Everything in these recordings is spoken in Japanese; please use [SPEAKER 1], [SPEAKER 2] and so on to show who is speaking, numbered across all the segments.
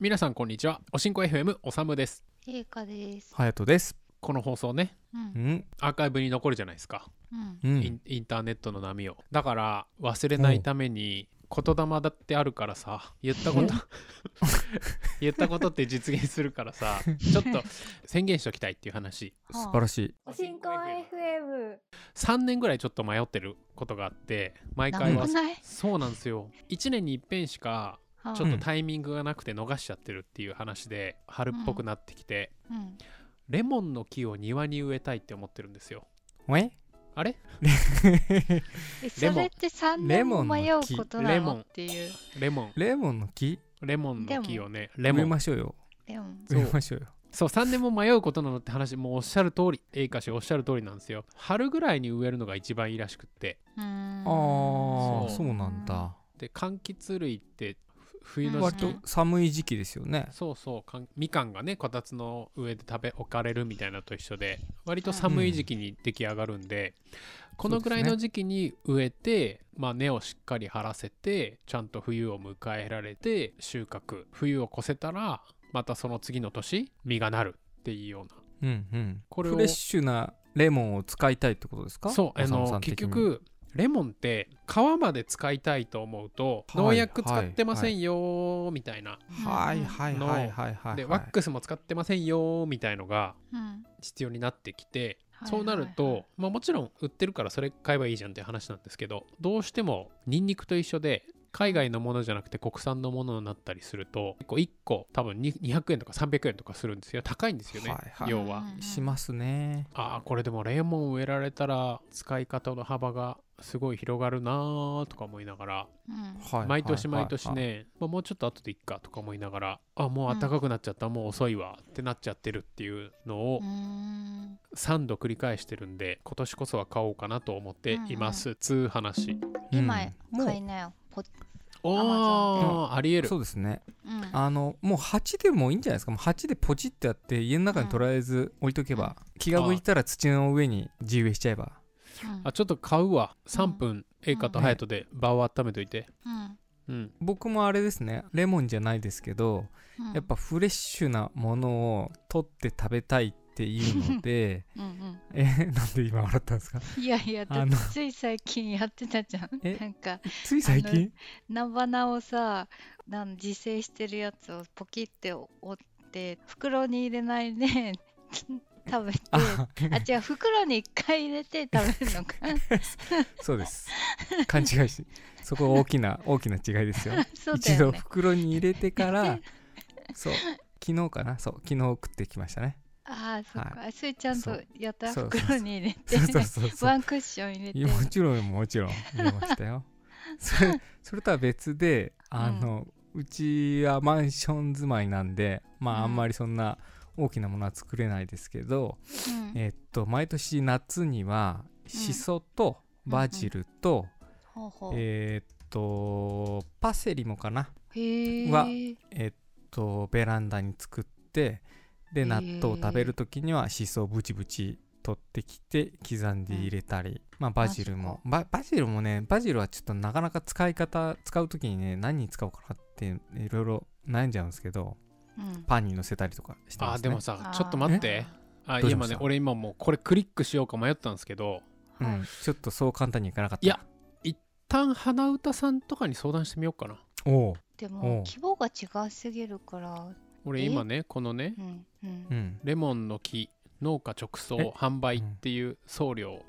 [SPEAKER 1] 皆さんこんにちはおしんこ FM おさむです
[SPEAKER 2] 陛下です。
[SPEAKER 3] ハヤトです。
[SPEAKER 1] この放送ね
[SPEAKER 2] うん
[SPEAKER 3] う。ん。
[SPEAKER 1] アーカイブに残るじゃないですか、
[SPEAKER 2] うん。
[SPEAKER 3] う
[SPEAKER 1] イ
[SPEAKER 3] ん
[SPEAKER 1] ン。インターネットの波をだから忘れないために言霊だってあるからさ言ったこと 言ったことって実現するからさちょっと宣言しときたいっていう話
[SPEAKER 3] 素晴ら
[SPEAKER 2] しい。
[SPEAKER 3] しい。
[SPEAKER 4] おしんこ FM。
[SPEAKER 1] 3年ぐらいちょっと迷ってることがあって毎回
[SPEAKER 2] 長
[SPEAKER 1] は
[SPEAKER 2] くない。
[SPEAKER 1] そうなんですよ1年に一遍しか
[SPEAKER 2] はあ
[SPEAKER 1] ちょっとタイミングがなくて逃しちゃってるっていう話で春っぽくなってきて、
[SPEAKER 2] うん。
[SPEAKER 1] レモンの木を庭に植えたいって思ってるんですよ
[SPEAKER 3] おえ
[SPEAKER 1] あれ
[SPEAKER 2] え
[SPEAKER 1] レモン
[SPEAKER 2] それって三
[SPEAKER 3] レ
[SPEAKER 2] 年
[SPEAKER 3] モ
[SPEAKER 2] も
[SPEAKER 3] ンの
[SPEAKER 2] 迷うことな
[SPEAKER 1] レモン
[SPEAKER 2] のっていう。
[SPEAKER 1] レモン
[SPEAKER 3] レモンの木
[SPEAKER 1] レモンの木をねレ
[SPEAKER 3] 植
[SPEAKER 1] モ
[SPEAKER 3] え
[SPEAKER 1] ン
[SPEAKER 3] ましょうよ。
[SPEAKER 2] レモン。
[SPEAKER 1] そう
[SPEAKER 3] 植えましょうよ。
[SPEAKER 1] そう3年も迷うことなのって話もうおっしゃる通り栄華氏おっしゃる通りなんですよ春ぐらいに植えるのが一番いいらしくって
[SPEAKER 2] うーん
[SPEAKER 3] ああ、
[SPEAKER 1] そう
[SPEAKER 3] そうなん。だ。
[SPEAKER 1] で柑橘類ってふ冬
[SPEAKER 2] うん
[SPEAKER 1] の
[SPEAKER 3] 割
[SPEAKER 1] 時期、
[SPEAKER 3] と寒い時期ですよね。
[SPEAKER 1] そうそうかんみかんがねこたつの上で食べ置かれるみたいなのと一緒で割と寒い時期に出来上がるんで、このぐらいの時期に植えて、まあ、根をしっかり張らせてちゃんと冬を迎えられて収穫冬を越せたらまたその次の年実がなるっていうような
[SPEAKER 3] うんうん。
[SPEAKER 1] これを
[SPEAKER 3] フレッシュなレモンを使いたいってことですか
[SPEAKER 1] そうあ
[SPEAKER 3] おさむさ
[SPEAKER 1] の
[SPEAKER 3] ん
[SPEAKER 1] 結
[SPEAKER 3] 的に。
[SPEAKER 1] 局レモンって皮まで使いたいと思うと、
[SPEAKER 3] はい
[SPEAKER 1] 農薬使ってませんよーみたいな、
[SPEAKER 3] はいはい
[SPEAKER 1] の
[SPEAKER 3] はいはいはい。
[SPEAKER 1] で、ワックスも使ってませんよーみたいのが
[SPEAKER 2] うん。
[SPEAKER 1] 必要になってきて、
[SPEAKER 2] はい
[SPEAKER 1] そうなると、
[SPEAKER 2] はいはい
[SPEAKER 1] まあ、もちろん売ってるからそれ買えばいいじゃんっていう話なんですけどどうしてもニンニクと一緒で海外のものじゃなくて国産のものになったりすると結構1個多分に200円とか300円とかするんですよ高いんですよね、
[SPEAKER 3] はいはい
[SPEAKER 1] 要は
[SPEAKER 2] うん
[SPEAKER 3] しますね。
[SPEAKER 1] ああこれでもレモン植えられたら使い方の幅がすごい広がるなーとか思いながら
[SPEAKER 2] うん。
[SPEAKER 3] はい。
[SPEAKER 1] 毎年
[SPEAKER 3] はい
[SPEAKER 1] 毎年。
[SPEAKER 3] はいはい
[SPEAKER 1] ね、まあ、もうちょっと後でいっかとか思いながらあもう暖かくなっちゃった、もう遅いわってなっちゃってるっていうのを
[SPEAKER 2] うーん。
[SPEAKER 1] 3度繰り返してるんで今年こそは買おうかなと思っています、つう話
[SPEAKER 2] 今
[SPEAKER 3] もう
[SPEAKER 2] 買いなよ。ポッ
[SPEAKER 1] お
[SPEAKER 2] Amazon
[SPEAKER 1] ーありえる
[SPEAKER 3] そうですね。
[SPEAKER 2] うん。
[SPEAKER 3] あのもう鉢でもいいんじゃないですかもう鉢でポチってやって家の中にとりあえず置いとけば、気が向いたら土の上に地植えしちゃえば
[SPEAKER 2] うん
[SPEAKER 1] あちょっと買うわ3分栄華と
[SPEAKER 3] うん
[SPEAKER 1] 隼人で場を温めといて
[SPEAKER 2] うん。
[SPEAKER 1] うん
[SPEAKER 3] 僕もあれですねレモンじゃないですけど、
[SPEAKER 2] うん
[SPEAKER 3] やっ。ぱフレッシュなものを取って食べたいっていう ので
[SPEAKER 2] うん
[SPEAKER 3] えなんで今笑ったん ですか
[SPEAKER 2] うん。いやいや、だ
[SPEAKER 3] あ
[SPEAKER 2] っ
[SPEAKER 3] の
[SPEAKER 2] てつい最近やってたじゃん。
[SPEAKER 3] え
[SPEAKER 2] なんか。
[SPEAKER 3] つい最近
[SPEAKER 2] 菜花をさなん自生してるやつをポキって折って袋に入れないで 食べてあ
[SPEAKER 3] あ
[SPEAKER 2] 違う袋に一回入れて食べるのか
[SPEAKER 3] そうです勘違いしそこ大きな大きな違いですよ
[SPEAKER 2] そうだ
[SPEAKER 3] 一度
[SPEAKER 2] よね
[SPEAKER 3] 袋に入れてから そう昨日かなそう昨日食ってきましたね
[SPEAKER 2] ああそっか、
[SPEAKER 3] は
[SPEAKER 2] あそれちゃんと
[SPEAKER 3] そう
[SPEAKER 2] やった
[SPEAKER 3] そうそうそう
[SPEAKER 2] 袋に入
[SPEAKER 3] そう
[SPEAKER 2] れて
[SPEAKER 3] そうそうそう
[SPEAKER 2] ワンクッション入れ
[SPEAKER 3] い
[SPEAKER 2] て
[SPEAKER 3] やもちろんもちろん見まし たよそれそれとは別であの、うちはマンション住まいなんでま
[SPEAKER 2] うん
[SPEAKER 3] ああんまりそんな大きなものは作れないですけど、
[SPEAKER 2] うん
[SPEAKER 3] えっと毎年夏にはしそとバジルと、
[SPEAKER 2] ほうほう
[SPEAKER 3] えっとパセリもかな
[SPEAKER 2] へえ
[SPEAKER 3] はえっとベランダに作っ
[SPEAKER 2] へ
[SPEAKER 3] てで
[SPEAKER 2] ー
[SPEAKER 3] 納豆を食べる時にはしそをブチブチ取ってきて刻んで入れたり、まあバジルもババジルもねバジルはちょっとなかなか使い方使う時にね何に使おうかなっていろいろ悩んじゃうんですけど
[SPEAKER 2] うん
[SPEAKER 3] パンにのせたりとかして
[SPEAKER 1] あ
[SPEAKER 3] ま
[SPEAKER 1] ー
[SPEAKER 3] す、ね、
[SPEAKER 1] でもさちょっと待ってあ
[SPEAKER 3] どうし
[SPEAKER 1] 今
[SPEAKER 3] まし
[SPEAKER 1] ね
[SPEAKER 3] た
[SPEAKER 1] 俺今もうこれクリックしようか迷ったんですけど
[SPEAKER 3] う
[SPEAKER 2] はい
[SPEAKER 3] ん、ちょっとそう簡単にいかなかった
[SPEAKER 1] いや単花歌さんとかに相談してみようかな
[SPEAKER 3] おう
[SPEAKER 2] で
[SPEAKER 3] お
[SPEAKER 2] も
[SPEAKER 3] う
[SPEAKER 2] 規模が違いすぎるから
[SPEAKER 1] 俺
[SPEAKER 2] え
[SPEAKER 1] 今ねこのね
[SPEAKER 2] うんうん
[SPEAKER 3] うん
[SPEAKER 1] レモンの木農家直送
[SPEAKER 3] え
[SPEAKER 1] 販売っていう送料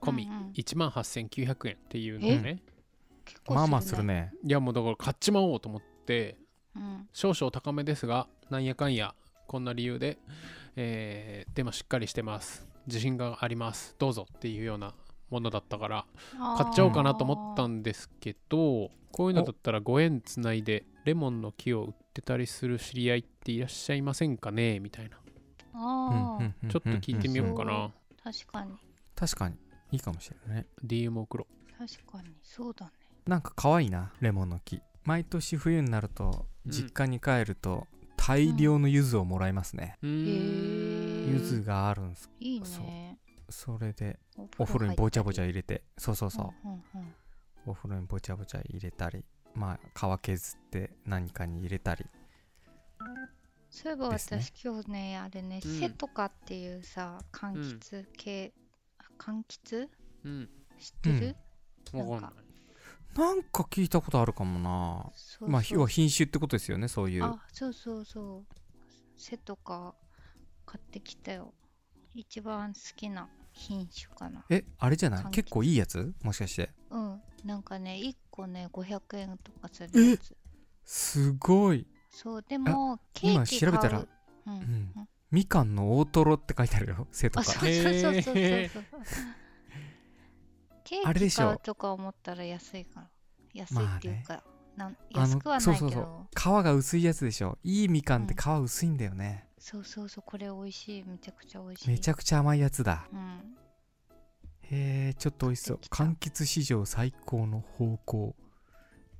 [SPEAKER 1] 込み
[SPEAKER 2] うんうん
[SPEAKER 1] 1万8900円っていうのをね
[SPEAKER 2] 結構
[SPEAKER 3] まあまあするね
[SPEAKER 1] いやもうだから買っちまおうと思って
[SPEAKER 2] うん
[SPEAKER 1] 少々高めですがなんやかんやこんな理由で、えーでもしっかりしてます自信がありますどうぞっていうようなものだったから買っちゃおうかなと思ったんですけどこういうのだったらご縁つないでレモンの木を売ってたりする知り合いっていらっしゃいませんかねみたいな
[SPEAKER 2] あーあー、
[SPEAKER 1] ちょっと聞いてみようか
[SPEAKER 2] うん
[SPEAKER 1] な
[SPEAKER 2] 確かに
[SPEAKER 3] 確かにいいかもしれないね
[SPEAKER 1] DM 送ろう
[SPEAKER 2] 確かにそうだね
[SPEAKER 3] なんか可愛いなレモンの木毎年冬になると
[SPEAKER 1] うん
[SPEAKER 3] 実家に帰ると大量の柚子をもらいますね、
[SPEAKER 1] うーん
[SPEAKER 2] へ
[SPEAKER 3] 柚
[SPEAKER 2] ー
[SPEAKER 3] 子があるんです
[SPEAKER 2] いい
[SPEAKER 3] そ
[SPEAKER 2] ね
[SPEAKER 3] それでお風呂にぼちゃぼちゃ入れてそうそうそう、
[SPEAKER 2] うんうんうん
[SPEAKER 3] お風呂にぼちゃぼちゃ入れたりまあ皮削って何かに入れたり
[SPEAKER 2] そういえば
[SPEAKER 3] ですね
[SPEAKER 2] 私、今日ねあれね、
[SPEAKER 1] うん
[SPEAKER 2] セとかっていうさ柑橘系、あ柑橘
[SPEAKER 1] うん
[SPEAKER 2] 知ってる、
[SPEAKER 1] わかん
[SPEAKER 2] なん
[SPEAKER 1] ない
[SPEAKER 3] なんか聞いたことあるかもな
[SPEAKER 2] そう
[SPEAKER 3] まあ
[SPEAKER 2] そう
[SPEAKER 3] 要は品種ってことですよねそういう
[SPEAKER 2] あそうそうそうセとか買ってきたよ一番好きな品種かな
[SPEAKER 3] えあれじゃな
[SPEAKER 2] 柑
[SPEAKER 3] い
[SPEAKER 2] 橘
[SPEAKER 3] 結構いいやつもしかして
[SPEAKER 2] うんなんかね1個ね500円とかするやつ
[SPEAKER 3] すごい、
[SPEAKER 2] そうでもケ
[SPEAKER 3] 今
[SPEAKER 2] ーキ買
[SPEAKER 3] 調
[SPEAKER 2] う
[SPEAKER 3] べたら
[SPEAKER 2] う、
[SPEAKER 3] うんん、みかんの大トロって書いてあるよ生徒
[SPEAKER 2] あ
[SPEAKER 3] か
[SPEAKER 2] そうそうそうそうそうそう
[SPEAKER 1] へ
[SPEAKER 2] ケ
[SPEAKER 3] あれ
[SPEAKER 2] ー
[SPEAKER 3] で
[SPEAKER 2] キ
[SPEAKER 3] しょ
[SPEAKER 2] 買うとか思ったら安いから安いっていうか、なん
[SPEAKER 3] あ
[SPEAKER 2] 安くはないけど
[SPEAKER 3] そうそうそう皮が薄いやつでしょいいみかんって皮薄いんだよね、
[SPEAKER 2] そうそうそうこれ美味しいめちゃくちゃ美味しい
[SPEAKER 3] めちゃくちゃ甘いやつだ
[SPEAKER 2] うん
[SPEAKER 3] へえちょっと美味しそう
[SPEAKER 2] 買ってきた
[SPEAKER 3] 柑橘史上最高の方向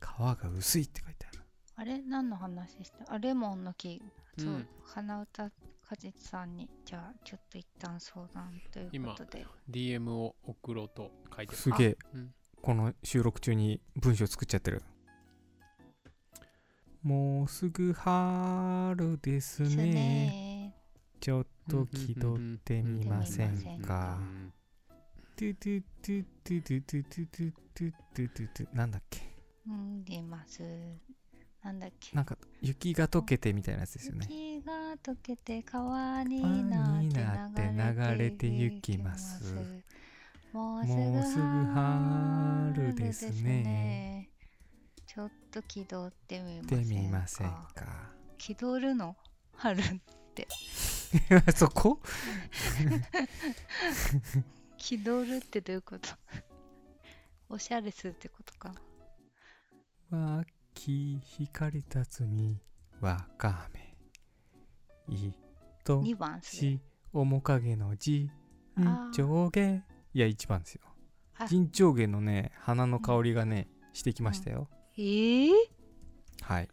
[SPEAKER 3] 皮が薄いって書いてある
[SPEAKER 2] あれ何の話したあレモンの木そう、
[SPEAKER 1] うん
[SPEAKER 2] 花歌果実さんにじゃあちょっと一旦相談ということで
[SPEAKER 1] DM を送ろうと書いて
[SPEAKER 3] す
[SPEAKER 1] る
[SPEAKER 3] げえ、
[SPEAKER 1] うん
[SPEAKER 3] この収録中に文章作っちゃってるもうすぐ春です
[SPEAKER 2] です
[SPEAKER 3] ね
[SPEAKER 2] ね
[SPEAKER 3] ちょっと気取ってみませ
[SPEAKER 2] うんうんうんうん
[SPEAKER 3] んか
[SPEAKER 1] うん
[SPEAKER 3] トゥトゥトゥトゥトゥトゥトゥトゥトゥトゥトゥトゥなんだっけ
[SPEAKER 2] うん出ますなんだっけ
[SPEAKER 3] なんか雪が溶けてみたいなやつですよね
[SPEAKER 2] 雪が溶けて川に
[SPEAKER 3] 川に
[SPEAKER 2] な
[SPEAKER 3] な
[SPEAKER 2] っ
[SPEAKER 3] ってて
[SPEAKER 2] 流
[SPEAKER 3] 流
[SPEAKER 2] れ
[SPEAKER 3] れ
[SPEAKER 2] て
[SPEAKER 3] て
[SPEAKER 2] ゆ
[SPEAKER 3] ゆ
[SPEAKER 2] き
[SPEAKER 3] き
[SPEAKER 2] ま
[SPEAKER 3] ますす。
[SPEAKER 2] も
[SPEAKER 3] も
[SPEAKER 2] う
[SPEAKER 3] う
[SPEAKER 2] す
[SPEAKER 3] す
[SPEAKER 2] ぐ
[SPEAKER 3] ぐ
[SPEAKER 2] 春
[SPEAKER 3] 春
[SPEAKER 2] で
[SPEAKER 3] ですす
[SPEAKER 2] ね
[SPEAKER 3] ね。
[SPEAKER 2] ちょっと気取ってみま
[SPEAKER 3] で
[SPEAKER 2] せんか。
[SPEAKER 3] みませんか
[SPEAKER 2] 気取るの春
[SPEAKER 3] そこ
[SPEAKER 2] 気取るってどういうことおしゃれするってことか。
[SPEAKER 3] わき光り立つにわかめいと
[SPEAKER 2] 2番する。
[SPEAKER 3] し面影のじ
[SPEAKER 2] あー
[SPEAKER 3] ん上下いや一番ですよ
[SPEAKER 2] あ
[SPEAKER 3] 人上下のね花の香りがねしてきましたよ、
[SPEAKER 2] えー、
[SPEAKER 3] はい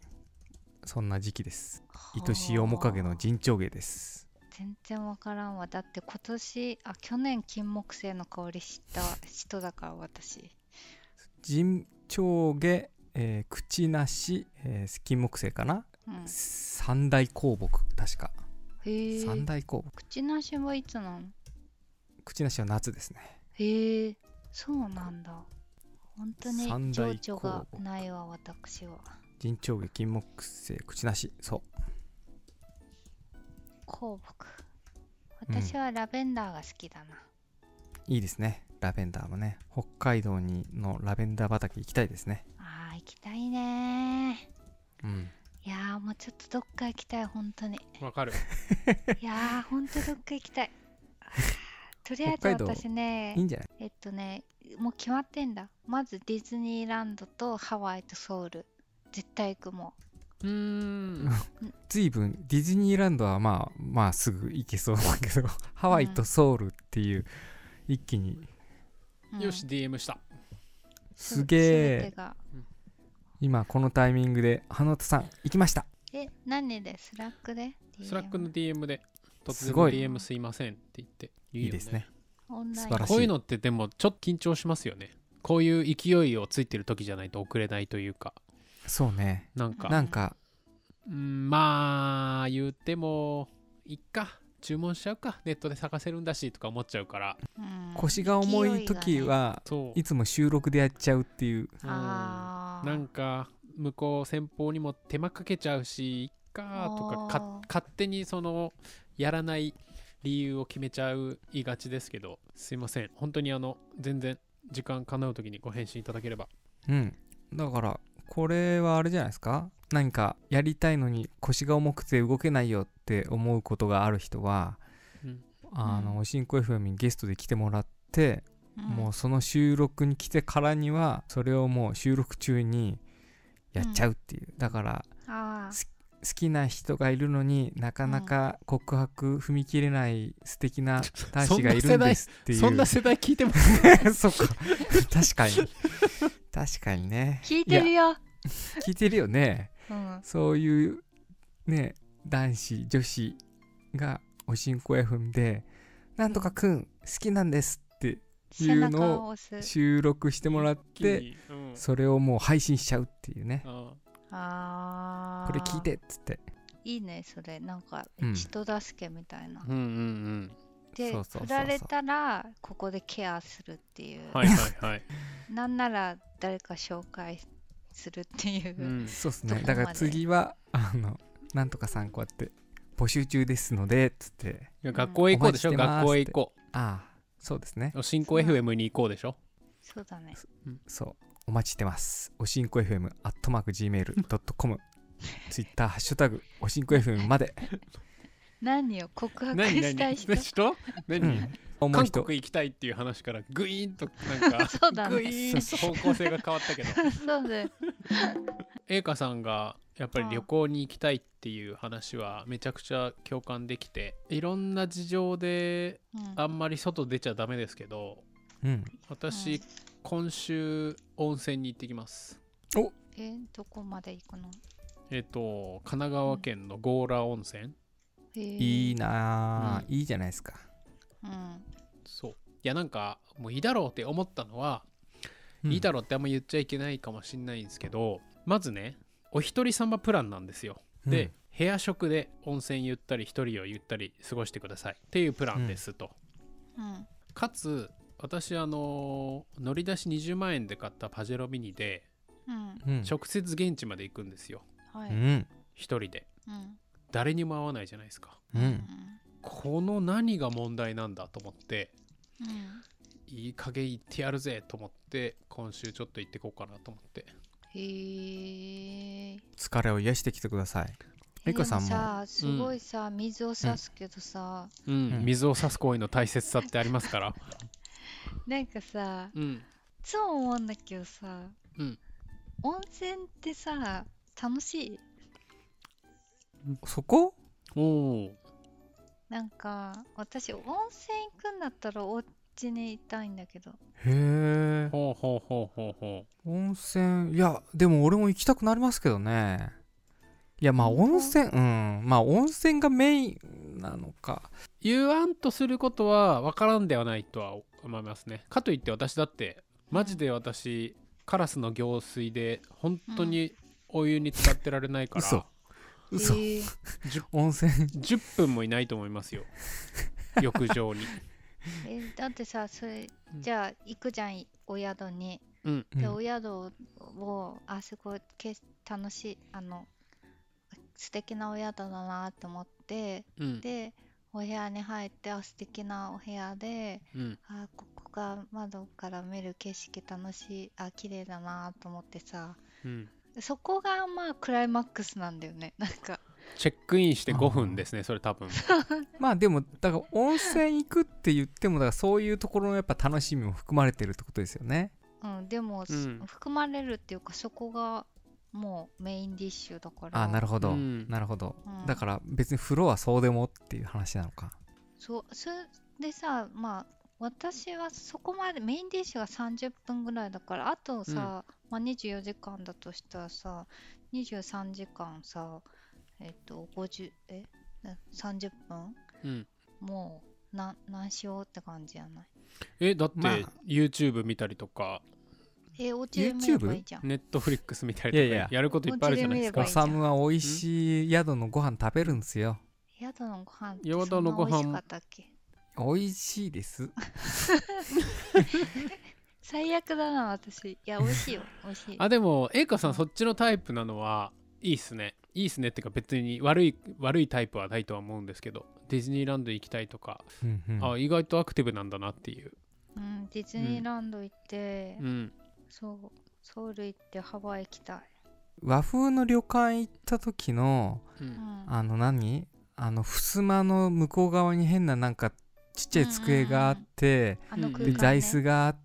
[SPEAKER 3] そんな時期です愛しい面影の人上下です
[SPEAKER 2] 全然わからんわだって今年あ去年金木犀の香り知った人だから私
[SPEAKER 3] 人上下、えー口なし、えー、金木犀かな、
[SPEAKER 2] うん
[SPEAKER 3] 三大香木確か、
[SPEAKER 2] へえ
[SPEAKER 3] 三大香木
[SPEAKER 2] 口なしはいつなの
[SPEAKER 3] 口なしは夏ですね
[SPEAKER 2] へえそうなんだ本当に
[SPEAKER 3] 三
[SPEAKER 2] 情
[SPEAKER 3] 大
[SPEAKER 2] 緒が
[SPEAKER 3] 香木
[SPEAKER 2] ないわ私は
[SPEAKER 3] 人上下金木犀口なしそう
[SPEAKER 2] 香木私はラベンダーが好きだな、
[SPEAKER 3] いいですねラベンダーもね北海道にのラベンダー畑行きたいですね
[SPEAKER 2] あー行きたいね
[SPEAKER 3] うん
[SPEAKER 2] いやーもうちょっとどっか行きたい本当に
[SPEAKER 1] わかる
[SPEAKER 2] い やー本当どっか行きたいあーとりあえず
[SPEAKER 3] 北海道
[SPEAKER 2] 私ね
[SPEAKER 3] いいんじゃない
[SPEAKER 2] えっとね、もう決まってんだ。まずディズニーランドとハワイとソウル。絶対行くも
[SPEAKER 1] うーん
[SPEAKER 3] 随分ディズニーランドはまあまあすぐ行けそうだけどハワイとソウルっていう一気に
[SPEAKER 2] ん。うん
[SPEAKER 1] よし、DM した
[SPEAKER 2] す
[SPEAKER 3] す
[SPEAKER 2] 全
[SPEAKER 3] げ
[SPEAKER 2] て
[SPEAKER 3] え
[SPEAKER 2] が
[SPEAKER 3] 今このタイミングで花田さん行きました
[SPEAKER 2] え、何でスラックで
[SPEAKER 1] スラックの
[SPEAKER 2] DM
[SPEAKER 1] DM で突然
[SPEAKER 3] す
[SPEAKER 1] の
[SPEAKER 3] ごい
[SPEAKER 1] DM すいませんって言って
[SPEAKER 3] いいですね
[SPEAKER 2] オンライン
[SPEAKER 3] 素晴らし
[SPEAKER 1] こういうのってでもちょっと緊張しますよねこういう勢いをついてる時じゃないと遅れないというか
[SPEAKER 3] そうね
[SPEAKER 1] なんか
[SPEAKER 3] なんか
[SPEAKER 1] うんまあ言ってもいっか注文しちゃうかネットで探せるんだしとか思っちゃうから
[SPEAKER 2] うん
[SPEAKER 3] 腰が重い時、は
[SPEAKER 1] そう
[SPEAKER 3] いつも収録でやっちゃうっていう
[SPEAKER 2] 勢いがね、あ
[SPEAKER 1] う
[SPEAKER 2] ー
[SPEAKER 1] んなんか向こう先方にも手間かけちゃうしいっかとかか
[SPEAKER 2] あー
[SPEAKER 1] 勝手にそのやらない理由を決めちゃういがちですけどすいません本当にあの全然時間叶う時にご返信いただければ
[SPEAKER 3] うんだからこれはあれじゃないですか何かやりたいのに腰が重くて動けないよって思うことがある人は、
[SPEAKER 1] うん
[SPEAKER 3] あ
[SPEAKER 2] うん
[SPEAKER 3] のおしんこ FM にゲストで来てもらって
[SPEAKER 2] うん
[SPEAKER 3] もうその収録に来てからにはそれをもう収録中にやっちゃうっていう、だから
[SPEAKER 2] あー
[SPEAKER 3] 好きな人がいるのになかなか告白踏み切れない素敵な男子がいるんですっていう
[SPEAKER 1] そんな世代聞いてます
[SPEAKER 3] そっか確かに確かにね
[SPEAKER 2] 聞いてる
[SPEAKER 3] や
[SPEAKER 2] よ。
[SPEAKER 3] 聞いてるよね
[SPEAKER 2] うん。
[SPEAKER 3] そういうね男子女子がおしんこ FM で「なんとかくん好きなんです」って
[SPEAKER 2] 背中を押す。
[SPEAKER 3] 収録してもらって
[SPEAKER 1] うん
[SPEAKER 3] それをもう配信しちゃうっていうね
[SPEAKER 1] あ
[SPEAKER 2] ああ。
[SPEAKER 3] これ聞い。てっつって
[SPEAKER 2] いいねそれなんか
[SPEAKER 3] うん
[SPEAKER 2] 人助けみたいな、
[SPEAKER 1] うんうん
[SPEAKER 2] で
[SPEAKER 3] そうそうそうそう
[SPEAKER 2] 振られたらここでケアするっていう、
[SPEAKER 1] うん。はいはいはい。
[SPEAKER 2] なんなら誰か紹介するっていう、
[SPEAKER 1] うん
[SPEAKER 3] そうです
[SPEAKER 2] ど
[SPEAKER 3] ね
[SPEAKER 2] こま
[SPEAKER 3] だ
[SPEAKER 2] で
[SPEAKER 3] から次はあのなんとかさんこうやって募集中ですのでつって
[SPEAKER 1] いや学校へ行こうでしょ、
[SPEAKER 3] お待ちしてます
[SPEAKER 1] 学校へ行こ
[SPEAKER 3] ああそうですね
[SPEAKER 1] う。新興 FM に行こうでしょ。
[SPEAKER 2] そうだね
[SPEAKER 3] そうお待ちしてますおしんこ FM アットマーク Gmail.com ツイッターハッシュタグおしんこ FM まで、
[SPEAKER 2] 何を告白
[SPEAKER 1] 何
[SPEAKER 2] した
[SPEAKER 1] 何
[SPEAKER 2] い人
[SPEAKER 1] 人
[SPEAKER 3] う
[SPEAKER 1] 何
[SPEAKER 3] ん、思う
[SPEAKER 1] 韓
[SPEAKER 3] 人
[SPEAKER 1] 国行きたいっていう話からグイーンとなんか
[SPEAKER 2] そうだね
[SPEAKER 1] グイーンと 方向性が変わったけど
[SPEAKER 2] そうだよ
[SPEAKER 1] 栄華さんがやっぱり旅行に行きたいっていう話はめちゃくちゃ共感できていろんな事情で
[SPEAKER 2] うん
[SPEAKER 1] あんまり外出ちゃダメですけど
[SPEAKER 3] うん
[SPEAKER 1] 私、
[SPEAKER 2] うん
[SPEAKER 1] 今週温泉に行ってきます
[SPEAKER 2] えどこまで行くの、
[SPEAKER 1] えっ、と神奈川県の強羅温泉、
[SPEAKER 2] えー
[SPEAKER 3] いいなあ、
[SPEAKER 1] う
[SPEAKER 3] いいじゃないですか
[SPEAKER 2] うん
[SPEAKER 1] そういやなんかもういいだろうって思ったのは、いいだろうってあんま言っちゃいけないかもしんないんですけどまずねお一人様プランなんですよ
[SPEAKER 3] うん
[SPEAKER 1] で、部屋食で温泉ゆったり一人をゆったり過ごしてくださいっていうプランですと、
[SPEAKER 2] うん
[SPEAKER 1] かつ私あのー乗り出し20万円で買ったパジェロミニで
[SPEAKER 2] うん
[SPEAKER 3] うん
[SPEAKER 1] 直接現地まで行くんですよ
[SPEAKER 2] は
[SPEAKER 3] う
[SPEAKER 2] い
[SPEAKER 3] ん
[SPEAKER 1] 一人で
[SPEAKER 2] うん
[SPEAKER 1] 誰にも会わないじゃないですか
[SPEAKER 3] うん
[SPEAKER 1] この何が問題なんだと思って
[SPEAKER 2] うん
[SPEAKER 1] いい加減行ってやるぜと思って今週ちょっと行ってこうかなと思って
[SPEAKER 2] へえ
[SPEAKER 3] 疲れを癒してきてください
[SPEAKER 2] え
[SPEAKER 3] エコさんも
[SPEAKER 2] でさすごいさ、水を差すけどさ、
[SPEAKER 1] うん、
[SPEAKER 3] うん
[SPEAKER 1] 水を差す行為の大切さってありますから。
[SPEAKER 2] なんかさ
[SPEAKER 1] うん。
[SPEAKER 2] いつも思うんだけどさ、
[SPEAKER 1] うん
[SPEAKER 2] 温泉ってさ楽しい
[SPEAKER 3] そこ
[SPEAKER 1] おお。
[SPEAKER 2] なんか私温泉行くんだったらお家にいたいんだけど
[SPEAKER 3] へえ
[SPEAKER 1] ほうほうほうほうほ
[SPEAKER 3] 温泉いやでも俺も行きたくなりますけどねいやまあ
[SPEAKER 2] 本当
[SPEAKER 3] 温泉うんまあ温泉がメインなのか
[SPEAKER 1] う。言わんとすることは分からんではないとは思いますね。かといって私だってマジで私カラスの行水で本当にお湯に使ってられないから、
[SPEAKER 3] 嘘嘘、
[SPEAKER 2] えー
[SPEAKER 3] 温泉
[SPEAKER 1] 10分もいないと思います よ浴場に。
[SPEAKER 2] えーだってさそれ
[SPEAKER 1] うん
[SPEAKER 2] じゃあ行くじゃんお宿に、
[SPEAKER 1] うん
[SPEAKER 2] で
[SPEAKER 3] うん
[SPEAKER 2] お宿ををあすごいけ楽しいあの素敵なお宿だなと思って
[SPEAKER 1] うん
[SPEAKER 2] でお部屋に入ってあ素敵なお部屋で
[SPEAKER 1] うん
[SPEAKER 2] あここが窓から見る景色楽しいあ綺麗だなと思ってさ
[SPEAKER 1] うん。
[SPEAKER 2] そこがまあクライマックスなんだよねなん か
[SPEAKER 1] チェックインして5分ですねそれ多分。
[SPEAKER 3] まあでもだから温泉行くって言ってもだからそういうところのやっぱ楽しみも含まれてるってことですよね
[SPEAKER 2] うんでも、そ
[SPEAKER 1] うん
[SPEAKER 2] 含まれるっていうかそこがもうメインディッシュだから
[SPEAKER 3] あなるほど、
[SPEAKER 1] うん
[SPEAKER 3] なるほど、
[SPEAKER 2] うん
[SPEAKER 3] だから別に風呂はそうでもっていう話なのか
[SPEAKER 2] そうそれでさまあ私はそこまでメインディッシュが30分ぐらいだからあとさ、まあ、24時間だとしたらさ23時間さえっと50えな30分
[SPEAKER 1] うん。
[SPEAKER 2] もうな何しようって感じやない
[SPEAKER 1] えだって、
[SPEAKER 3] まあ
[SPEAKER 1] YouTube 見たりとか
[SPEAKER 2] えお家で見れば
[SPEAKER 3] YouTube？
[SPEAKER 2] いいじゃん
[SPEAKER 1] Netflix 見たりとか
[SPEAKER 3] いやいや
[SPEAKER 1] やることいっぱいあるじゃないです
[SPEAKER 2] や
[SPEAKER 1] か
[SPEAKER 3] お
[SPEAKER 2] ばいいじゃ
[SPEAKER 3] さ
[SPEAKER 2] ん
[SPEAKER 3] むは美味しい宿のご飯食べるんですよ
[SPEAKER 2] 宿のご飯って
[SPEAKER 1] 宿
[SPEAKER 2] そん
[SPEAKER 1] の
[SPEAKER 2] な
[SPEAKER 1] ご飯
[SPEAKER 2] 美味しかったっけ
[SPEAKER 3] 美味しいです
[SPEAKER 2] 最悪だな私いや美味しいよ美味しい
[SPEAKER 1] あでも栄華さ
[SPEAKER 2] うん
[SPEAKER 1] んそっちのタイプなのはいいっすねいいっすねってか別に悪い悪いタイプはないとは思うんですけどディズニーランド行きたいとか、
[SPEAKER 3] うんうん
[SPEAKER 1] あ意外とアクティブなんだなっていう
[SPEAKER 2] うんディズニーランド行って、
[SPEAKER 1] うん
[SPEAKER 2] そうソウル行ってハワイ行きたい、
[SPEAKER 3] 和風の旅館行った時の
[SPEAKER 1] う
[SPEAKER 2] うんん、
[SPEAKER 3] あの何あの襖の向こう側に変ななんかちっちゃい机があって、
[SPEAKER 2] あの
[SPEAKER 1] うん
[SPEAKER 2] 空
[SPEAKER 1] うん
[SPEAKER 2] 間、ね、
[SPEAKER 3] で座椅子があっ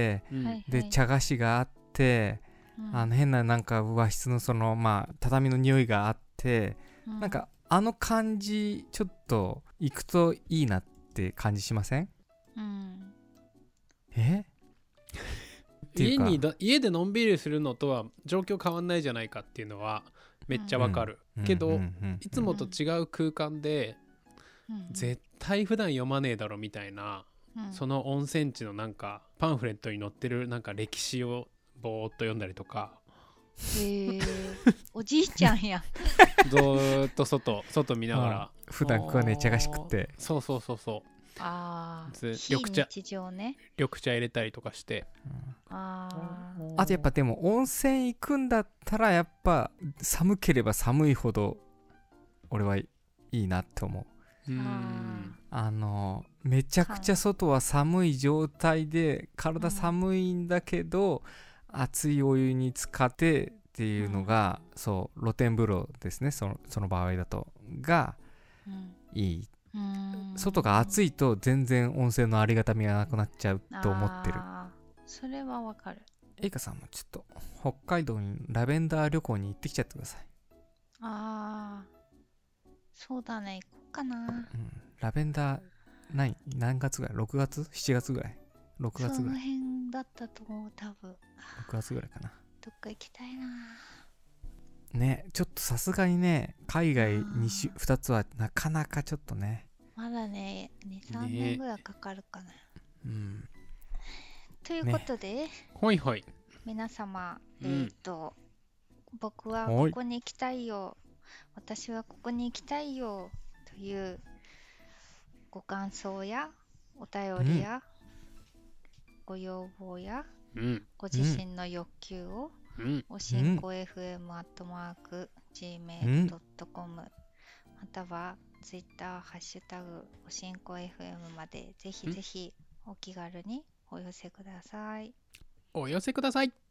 [SPEAKER 3] て、
[SPEAKER 1] うん
[SPEAKER 2] はい
[SPEAKER 3] で茶菓子があって、
[SPEAKER 2] うん
[SPEAKER 3] あの変ななんか和室のそのまあ畳の匂いがあって、
[SPEAKER 2] う
[SPEAKER 3] なんかあの感じちょっと行くといいなって感じしません
[SPEAKER 2] うん
[SPEAKER 3] えてい
[SPEAKER 1] 家
[SPEAKER 3] うか
[SPEAKER 1] にだ家でのんびりするのとは状況変わんないじゃないかっていうのはめっちゃわかる、けど、
[SPEAKER 3] うんうんうん
[SPEAKER 1] いつもと違う空間で、
[SPEAKER 2] うん
[SPEAKER 1] 絶対普段読まねえだろみたいな、
[SPEAKER 2] うん
[SPEAKER 1] その温 泉地のなんかパンフレットに載ってるなんか歴史をぼーっと読んだりとか
[SPEAKER 2] へえ おじいちゃんや
[SPEAKER 1] ずーっと外外見ながら
[SPEAKER 3] 普段食わねえ茶菓子食って
[SPEAKER 1] あーそうそうそうそう
[SPEAKER 2] ああ
[SPEAKER 1] ず
[SPEAKER 2] 非
[SPEAKER 1] 緑茶
[SPEAKER 2] 日常ね
[SPEAKER 1] 緑茶入れたりとかして
[SPEAKER 2] あー
[SPEAKER 3] あとやっぱでも温泉行くんだったらやっぱ寒ければ寒いほど俺はいいなって思う
[SPEAKER 1] うーん
[SPEAKER 2] あ
[SPEAKER 3] あのめちゃくちゃ外は寒い状態で体寒いんだけど、熱いお湯に浸かってっていうのが、そう露天風呂ですねそのその場合だとが
[SPEAKER 2] うん
[SPEAKER 3] いい、
[SPEAKER 2] うーん
[SPEAKER 3] 外が暑いと全然温泉のありがたみがなくなっちゃうと思ってる
[SPEAKER 2] あーそれはわかる
[SPEAKER 3] エイカさんもちょっと北海道にラベンダー旅行に行ってきちゃってください
[SPEAKER 2] ああそうだね行こうかな
[SPEAKER 3] うんラベンダー何何月ぐらい6月7月ぐらい6月
[SPEAKER 2] そ
[SPEAKER 3] ぐ
[SPEAKER 2] の
[SPEAKER 3] らい
[SPEAKER 2] 辺だったと思う多分
[SPEAKER 3] 6月ぐらいかな
[SPEAKER 2] どっか行きたいな
[SPEAKER 3] ねちょっとさすがにね海外
[SPEAKER 2] あー
[SPEAKER 3] 2, 週2つはなかなかちょっとね
[SPEAKER 2] まだね23
[SPEAKER 1] ね
[SPEAKER 2] 年ぐらいかかるかな、
[SPEAKER 3] うん
[SPEAKER 2] ということで、
[SPEAKER 1] ほいほい
[SPEAKER 2] 皆様
[SPEAKER 1] う
[SPEAKER 2] え
[SPEAKER 1] ん
[SPEAKER 2] ーっ、と、僕は
[SPEAKER 3] は
[SPEAKER 2] こ
[SPEAKER 3] い
[SPEAKER 2] こに行きたいよ私はここに行きたいよというご感想やお便りや、ご要望や
[SPEAKER 1] うん
[SPEAKER 2] ご自身の欲求を、
[SPEAKER 1] うん
[SPEAKER 2] おしんこ FM.gmail.com または Twitter ハッシュタグおしんこ FM までぜひぜひお気軽にお寄せください。
[SPEAKER 1] お寄せください